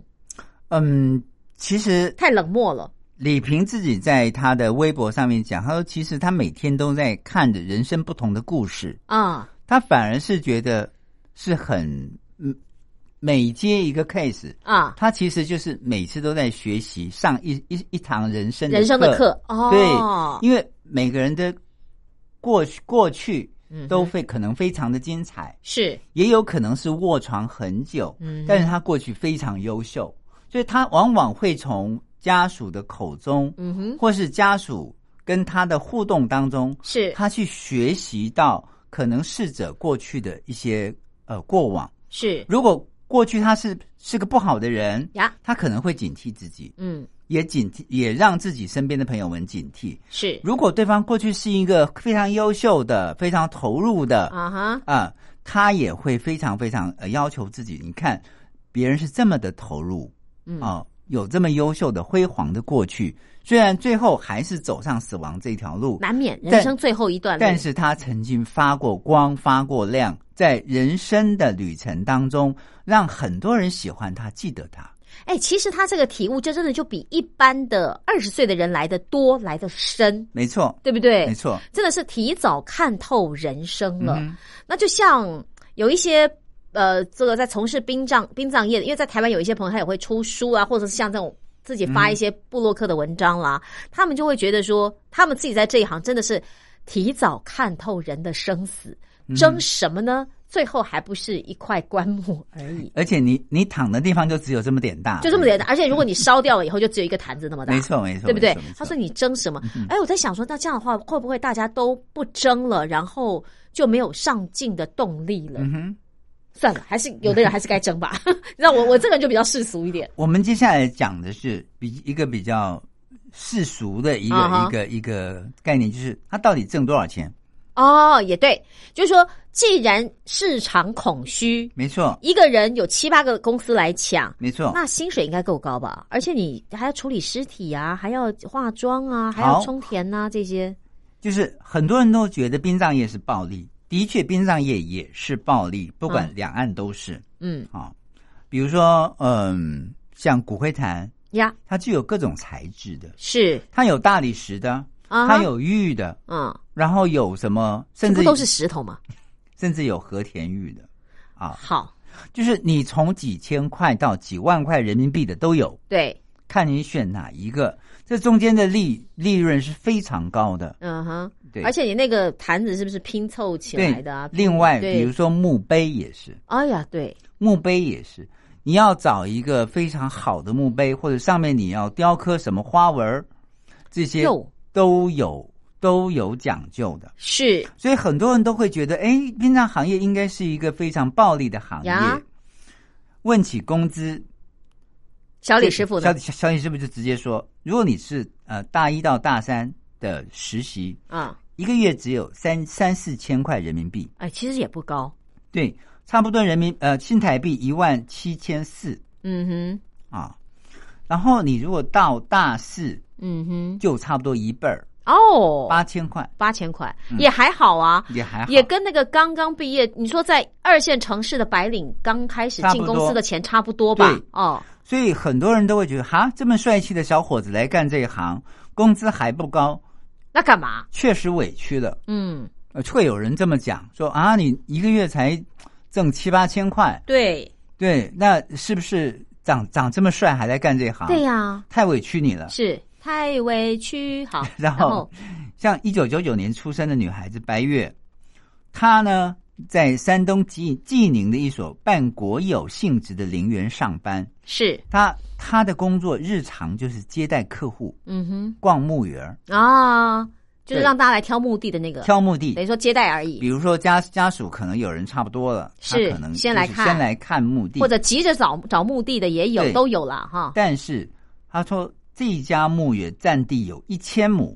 嗯，其实太冷漠了，李平自己在他的微博上面讲，他说其实他每天都在看着人生不同的故事，啊、他反而是觉得是很嗯，每接一个 case，啊，他其实就是每次都在学习上一一一堂人生人生的课哦，对，因为每个人的过去过去嗯哼都会可能非常的精彩，是也有可能是卧床很久，嗯但是他过去非常优秀，所以他往往会从家属的口中，嗯哼或是家属跟他的互动当中，是他去学习到可能逝者过去的一些呃过往。是如果过去他是是个不好的人，呀，他可能会警惕自己，嗯也警惕，也让自己身边的朋友们警惕。是如果对方过去是一个非常优秀的、非常投入的，啊哈啊，他也会非常非常呃要求自己。你看，别人是这么的投入嗯啊，有这么优秀的辉煌的过去，虽然最后还是走上死亡这条路，难免人但生最后一段路，但是他曾经发过光，发过亮，在人生的旅程当中，让很多人喜欢他，记得他。哎、其实他这个体悟，这真的就比一般的二十岁的人来的多，来的深，没错，对不对？没，错，真的是提早看透人生了。嗯哼那就像有一些呃，这个在从事殡葬殡葬业的，因为在台湾有一些朋友他也会出书啊，或者是像这种自己嗯发一些部落客的文章啦，他们就会觉得说，他们自己在这一行真的是提早看透人的生死，嗯争什么呢？最后还不是一块棺木而已。而且你你躺的地方就只有这么点大，就这么简单，而且如果你烧掉了以后，就只有一个坛子那么大。没错，没错，对不对没错嗯没？错他说你争什么？哎，我在想说，那这样的话，会不会大家都不争了，然后就没有上进的动力了？嗯哼。算了，还是有的人还是该争吧。 *laughs* 那我我这个人就比较世俗一点。我们接下来讲的是比一个比较世俗的一个、啊哈一个一个概念，就是他到底挣多少钱？哦，也对，就是说，既然市场空虚，没错，一个人有七八个公司来抢。没错。那薪水应该够高吧？而且你还要处理尸体啊，还要化妆啊，还要好充填呐、这些。就是很多人都觉得殡葬业是暴利，的确，殡葬业也是暴利，不管嗯两岸都是嗯啊、比如说，嗯，像骨灰坛，呀，它具有各种材质的，是它有大理石的，啊，它有玉的，嗯，然后有什么，这甚不至都是石头吗？甚至有和田玉的，啊，好，就是你从几千块到几万块人民币的都有。对，看你选哪一个，这中间的利利润是非常高的。嗯哼，对，而且你那个坛子是不是拼凑起来对的啊？拼另外，对比如说墓碑也是，哎呀，对，墓碑也是，你要找一个非常好的墓碑，或者上面你要雕刻什么花纹儿，这些肉都有都有讲究的。是所以很多人都会觉得，哎，殡葬行业应该是一个非常暴利的行呀业。问起工资，小李师傅小呢李？小小李师傅就直接说，如果你是呃大一到大三的实习，啊，一个月只有三三四千块人民币，哎，其实也不高，对，差不多人民呃新台币一万七千四嗯哼，啊。然后你如果到大四，嗯哼，就差不多一半儿，哦，八千块八千块也还好啊。也还好，也跟那个刚刚毕业，你说在二线城市的白领刚开始差不进公多司的钱差不多吧对？哦，所以很多人都会觉得，哈，这么帅气的小伙子来干这一行，工资还不高，那干嘛？确实委屈了。嗯，呃，会有人这么讲说啊，你一个月才挣七八千块，对对，那是不是长长这么帅还在干这行？对呀、太委屈你了。是太委屈。好， *laughs* 然后像一九九九年出生的女孩子白月，她呢在山东济济宁的一所半国有性质的陵园上班。是她她的工作日常就是接待客户、嗯哼逛墓园、啊，就是对让大家来挑墓地的那个，挑墓地等于。说接待而比已，如说家家属可能有人差不多了，她是可能先就来是看先来看墓地，或者急着找找墓地的也有，对都有了哈。但是他说这一家墓园占地有一 *gasps* 千亩，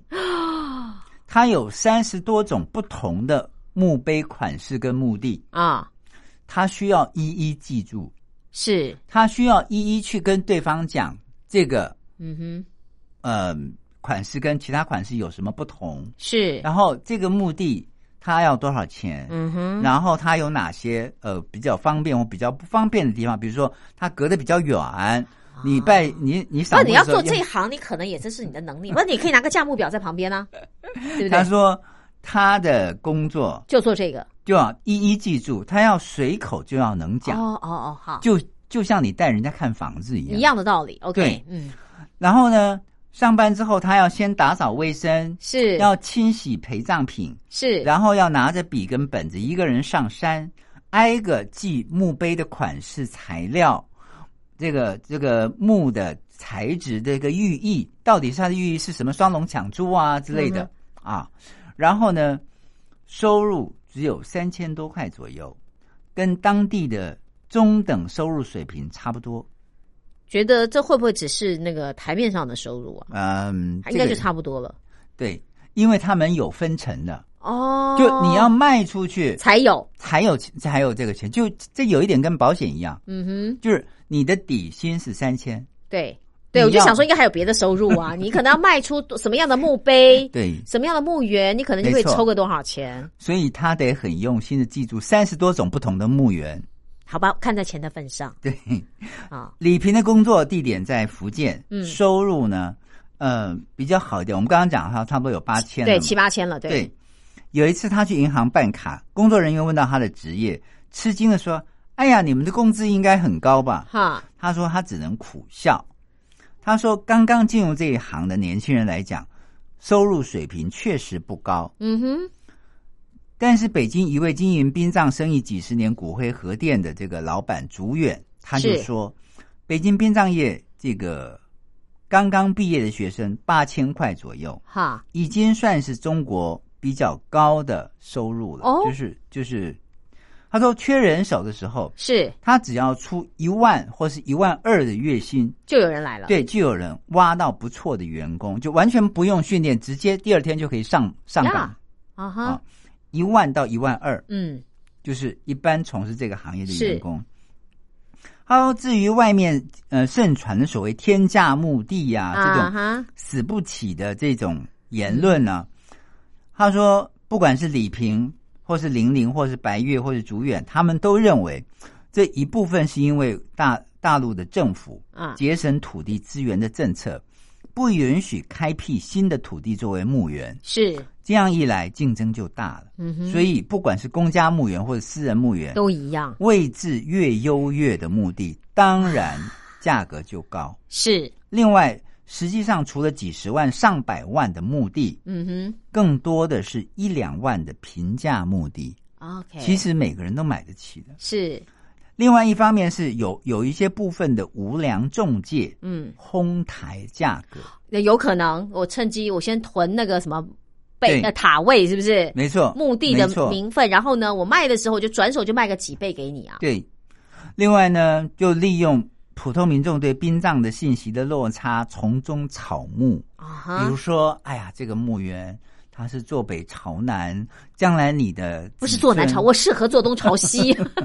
它有三十多种不同的墓碑款式跟墓地，啊，他需要一一记住，是，他需要一一去跟对方讲这个嗯哼，呃款式跟其他款式有什么不同，是，然后这个墓地它要多少钱。嗯哼，然后它有哪些呃比较方便或比较不方便的地方？比如说它隔得比较远，你拜你你扫啊那墓你的要时候做这一行，你可能也这是你的能力，不，你可以拿个价目表在旁边呢、对不他对？说他的工作就做这个。就要一一记住，他要随口就要能讲，哦哦哦，好，就就像你带人家看房子一样。一样的道理。OK，对嗯，然后呢，上班之后他要先打扫卫生，是要清洗陪葬品，是，然后要拿着笔跟本子一个人上山，挨个记墓碑的款式、材料，这个这个墓的材质的一个寓意，到底是它的寓意是什么？双龙抢珠啊之类嗯的、啊。然后呢，收入只有三千多块左右，跟当地的中等收入水平差不多。觉得这会不会只是那个台面上的收入啊？嗯，应该这就个差不多了。对，因为他们有分成的，哦，就你要卖出去才有，才有才有这个钱，就这有一点跟保险一样。嗯哼，就是你的底薪是三千，对对，你我就要想说应该还有别的收入 *laughs* 啊，你可能要卖出多什么样的墓碑，对，什么样的墓园，你可能就没会错抽个多少钱？所以他得很用心的记住三十多种不同的墓园。好吧，看在钱的份上对，啊，李平的工作地点在福建，嗯收入呢，呃，比较好一点。我们刚刚讲他差不多有八千，对，七八千了，对，有一次他去银行办卡，工作人员问到他的职业，吃惊的说：“哎呀，你们的工资应该很高吧？”哈，他说他只能苦笑。他说，刚刚进入这一行的年轻人来讲，收入水平确实不高，嗯哼，但是北京一位经营殡葬生意几十年骨灰盒店的这个老板竹远，他就是说，北京殡葬业这个刚刚毕业的学生八千块左右，哈，已经算是中国比较高的收入了。哦就是就是，他说缺人手的时候，是他只要出一万或是一万二的月薪，就有人来了，对，就有人挖到不错的员工，就完全不用训练，直接第二天就可以上上岗呀，啊哈啊，一万到一万二。嗯，就是一般从事这个行业的是员工。他说：“至于外面呃盛传的所谓天价墓地呀、啊这种哈，死不起的这种言论呢、他说不管是李平，或是玲玲，或是白月，或是竹远，他们都认为这一部分是因为大大陆的政府啊，节省土地资源的政策，不允许开辟新的土地作为墓园，是，这样一来竞争就大了。嗯哼，所以，不管是公家墓园或者私人墓园，都一样，位置越优越的墓地，当 *sighs* 然价格就高。是，另外，实际上除了几十万、上百万的墓地，嗯哼更多的是一两万的平价墓地， ，OK，其实每个人都买得起的。是，另外一方面是有有一些部分的无良中介嗯。哄抬价格，那有可能，我趁机我先囤那个什么贝对呃塔位，是不是？没错，墓地的没错名分，然后呢，我卖的时候就转手就卖个几倍给你啊。对，另外呢，就利用普通民众对殡葬的信息的落差，从中草木。啊比如哈，说，哎呀，这个墓园它是坐北朝南，将来你的不是子坐南朝，孙我适合坐东朝西， *laughs*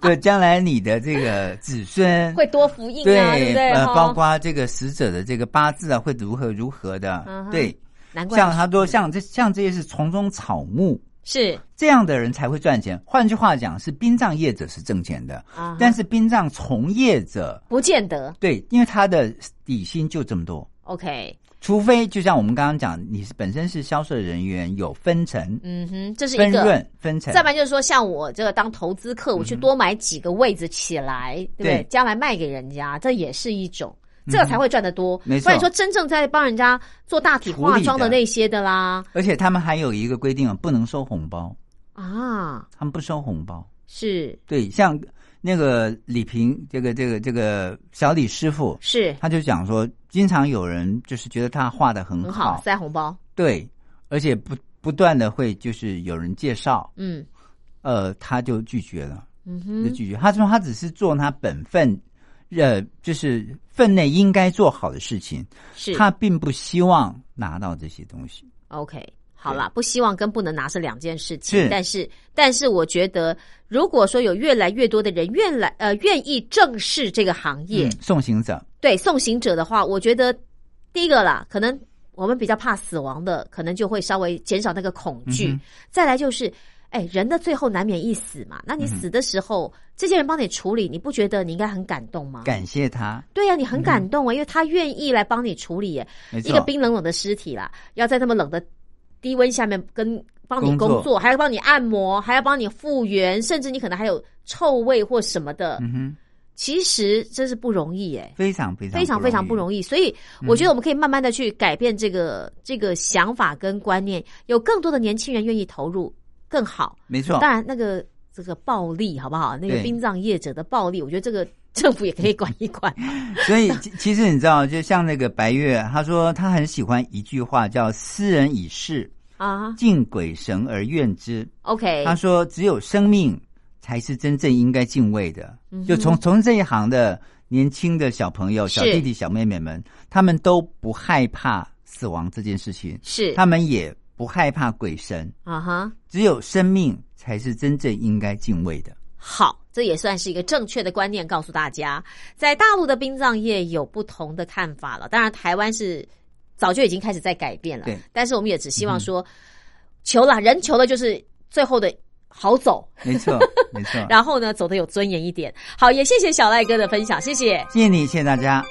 对，将来你的这个子孙会多福印对啊，对不对？呃，哈包括这个死者的这个八字啊，会如何如何的，嗯哼对，难怪像他说，像这像这些是从中草木。是这样的人才会赚钱。换句话讲，是殡葬业者是挣钱的，啊哈，但是殡葬从业者不见得。对，因为他的底薪就这么多， OK，除非就像我们刚刚讲，你是本身是销售人员，有分成、嗯哼，这是一分个。润、分成再。不然就是说，像我这个当投资客，我去多买几个位子起来，对不对对？嗯将来卖给人家，这也是一种，这个才会赚得多。没错不然你说真正在帮人家做大体化妆处理的那些的啦，而且他们还有一个规定啊，不能收红包，啊，他们不收红包。是对，像那个李平，这个这个这个小李师傅，是，他就讲说，经常有人就是觉得他画的很很好，塞红包，对，而且不不断的会就是有人介绍，嗯呃，他就拒绝了，嗯就哼，拒绝。他说他只是做他本分，呃，就是分内应该做好的事情，是他并不希望拿到这些东西。 OK，好啦，不希望跟不能拿是两件事情，是但是但是我觉得，如果说有越来越多的人愿来呃愿意正视这个行业，嗯，送行者，对送行者的话，我觉得第一个啦，可能我们比较怕死亡的，可能就会稍微减少那个恐惧。嗯哼再来就是。哎，人的最后难免一死嘛。那你死的时候，这些人帮你处理，你不觉得你应该很感动吗？感嗯谢他，对呀、你很感动啊，因为他愿意来帮你处理耶。啊没一个错，冰冷冷的尸体啦，要在那么冷的低温下面跟帮你工作工作，还要帮你按摩，还要帮你复原，甚至你可能还有臭味或什么的，嗯哼，其实真是不容易耶。非常非常非常非常不易。嗯容易，所以我觉得我们可以慢慢的去改变这个、这个想法跟观念，有更多的年轻人愿意投入，更好。没错，当然，那个这个暴力好不好？那个啊对殡葬业者的暴力，我觉得这个政府也可以管一 *laughs* 管。所以其其实你知道，就像那个白月，他说他很喜欢一句话，叫“斯人已逝，啊敬鬼神而怨之”。 ，OK，他说，只有生命才是真正应该敬畏的。就从从这一行的年轻的小朋友、嗯是小弟弟、小妹妹们，他们都不害怕死亡这件事情，是他们也不害怕鬼神，啊哈。只有生命才是真正应该敬畏的。好，这也算是一个正确的观念，告诉大家，在大陆的殡葬业有不同的看法了。当然，台湾是早就已经开始在改变了对，但是我们也只希望说，求了人求了就是最后的好走，没 *laughs* 错，没错。然后呢走的有尊严一点。好，也谢谢小赖哥的分享，谢谢。谢谢你，谢谢大家。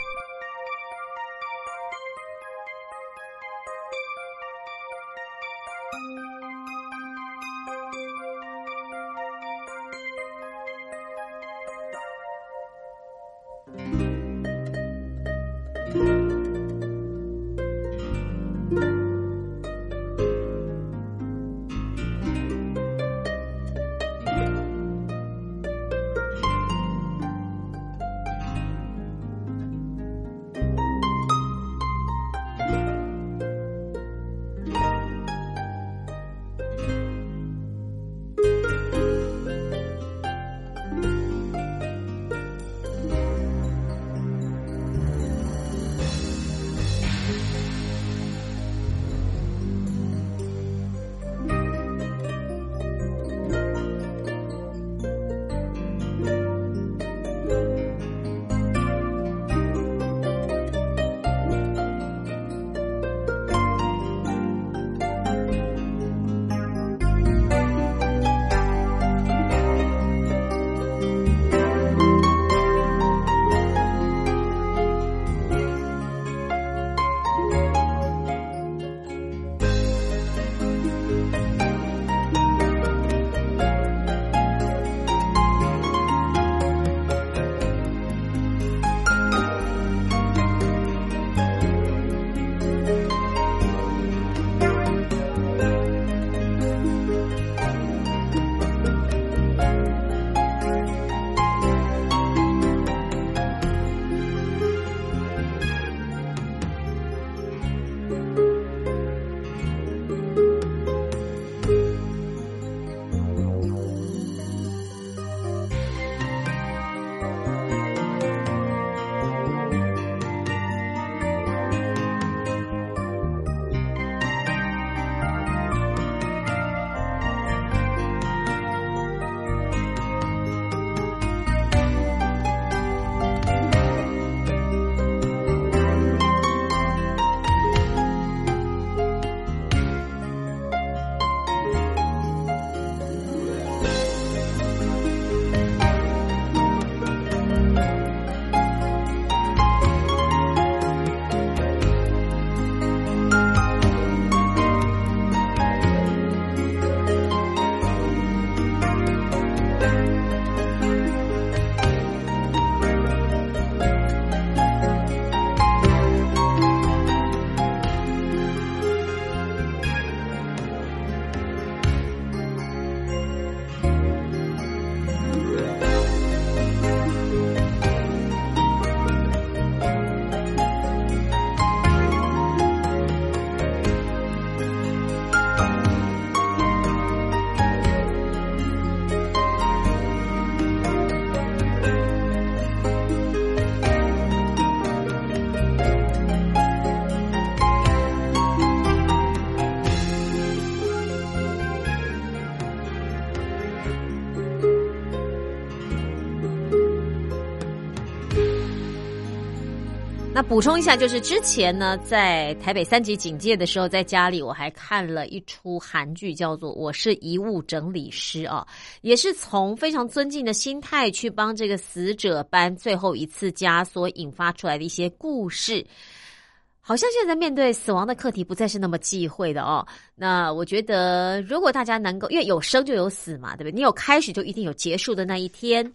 那补充一下，就是之前呢，在台北三级警戒的时候，在家里我还看了一出韩剧，叫做《我是遗物整理师》啊，也是从非常尊敬的心态去帮这个死者搬最后一次家所引发出来的一些故事。好像现在面对死亡的课题不再是那么忌讳的哦。那我觉得，如果大家能够，因为有生就有死嘛，对不对？你有开始就一定有结束的那一天。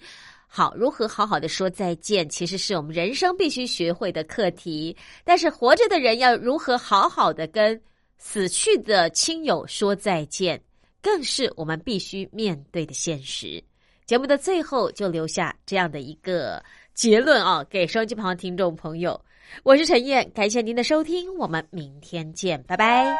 好，如何好好的说再见，其实是我们人生必须学会的课题。但是活着的人要如何好好的跟死去的亲友说再见，更是我们必须面对的现实。节目的最后就留下这样的一个结论啊，给收音机旁的听众朋友。我是陈燕，感谢您的收听，我们明天见，拜拜。